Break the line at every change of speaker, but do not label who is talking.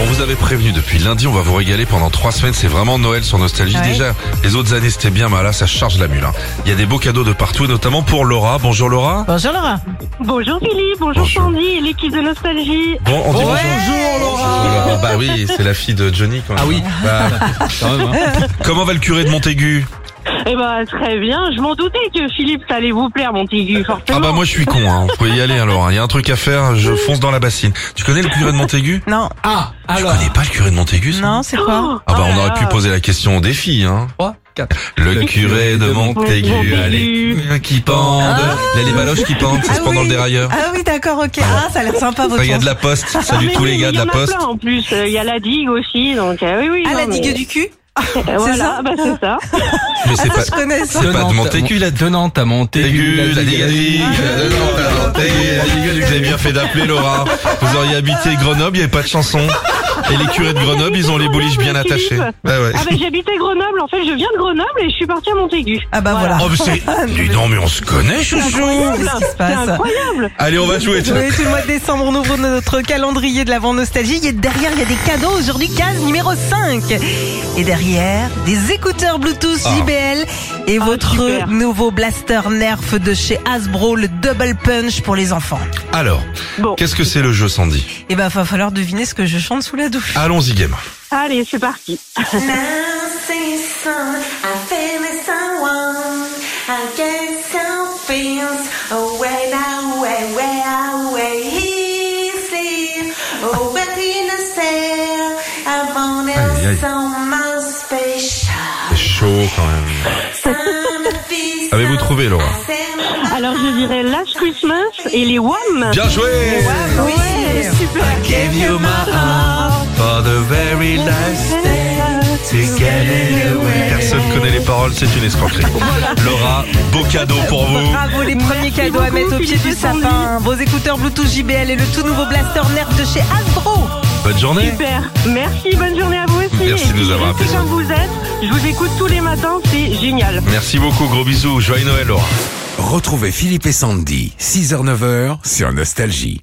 On vous avait prévenu depuis lundi, on va vous régaler pendant trois semaines. C'est vraiment Noël sur Nostalgie.
Ouais.
Déjà, les autres années c'était bien, mais là ça charge la mule. hein. Il y a des beaux cadeaux de partout, et notamment pour Laura. Bonjour Laura.
Bonjour Laura.
Bonjour Philippe, bonjour,
Bonjour.
Sandy et l'équipe de Nostalgie.
Bon, on
Ouais.
dit bonjour. Laura. Bah oui, c'est la fille de Johnny. Quand même.
Ah oui.
Bah,
Quand même, hein.
comment va le curé de Montaigu Ah
Eh ben très bien, je m'en doutais que Philippe, ça allait vous plaire, mon Tigu,
Ah
forcément.
bah moi je suis con. Hein. Vous pouvez y aller, hein, Laura. Il y a un truc à faire. Je fonce dans la bassine. Tu connais le curé de Montaigu
Non,
Ah,
Tu
alors.
connais pas le curé de Montaigu ça
non, c'est quoi
Oh,
Ah bah
oh
on
là
aurait pu
là.
poser la question au défi. Hein.
3, 4.
Le, curé de Montaigu,
Montaigu. Ah.
allez, qui pend, là les baloches qui pendent, c'est
Ah
pendant
oui.
le
Oh
dérailleur.
Ah oui, d'accord, ok. Ah, ça a l'air sympa votre
Ça, il y a de
chanson.
la poste,
Ah,
salut
mais
tous
oui,
les
mais
gars de la
Il y en a
poste.
plein, en plus, Euh, il y a la digue aussi, donc euh, oui, oui.
Ah,
non,
la
mais-
digue du cul
Euh,
ça
Voilà, bah c'est ça.
Mais c'est
Ah,
pas
ça, je connais ça.
C'est pas de Montaigu,
la de Nantes à Ah,
Aigu,
Montaigu.
la digue, la digue,
Ah,
la digue, la Montaigu, la digue, la digue. Vous avez bien fait d'appeler Laura. Vous auriez habité Grenoble, il n'y avait pas de chanson. Et les curés de Grenoble, ils ont les bouliches bien attachées. Bah ouais.
Ah bah j'habitais Grenoble, en fait, je viens de Grenoble et je suis partie à Montaigu.
Ah bah voilà.
Oh, mais c'est... Dis donc, mais on se connaît, chouchou
Qu'est-ce qui se
C'est
passe
incroyable.
Allez, on va jouer. tiens.
Oui, tout le mois de décembre, on ouvre notre calendrier de l'avant nostalgie. Et derrière, il y a des cadeaux. Aujourd'hui, case numéro 5. Et derrière, des écouteurs Bluetooth
Ah.
JBL et
Ah,
votre
super.
nouveau blaster Nerf de chez Hasbro, le Double Punch pour les enfants.
Alors,
Bon,
qu'est-ce que c'est le jeu, Sandy
Et ben, va falloir deviner ce que je chante sous la douche.
Allons-y, game.
allez, c'est parti.
Now sing song, I feel it's someone. I guess some feels away now, way, way, away. He sleeps, oh, but in a cell. I want
Aïe, aïe.
it someone special.
C'est chaud, quand même. Avez-vous trouvé, Laura
Alors je dirais Last Christmas et les Wham.
Bien joué
Oui,
super.
Give you my heart for the very last Personne connaît les paroles, c'est une escroquerie. Laura, beau cadeau pour vous.
Bravo, les premiers cadeaux à
beaucoup,
mettre au pied
Philippe
du
et Sandy.
sapin. Vos écouteurs Bluetooth JBL et le tout nouveau blaster Nerf de chez Hasbro.
Bonne journée.
Super. Merci, bonne journée à vous aussi.
Merci de
Et puis,
nous avoir
restez
appelés.
comme vous êtes, je vous écoute tous les matins, c'est génial.
Merci beaucoup, gros bisous. Joyeux Noël, Laura.
Retrouvez Philippe et Sandy, 6h-9h sur Nostalgie.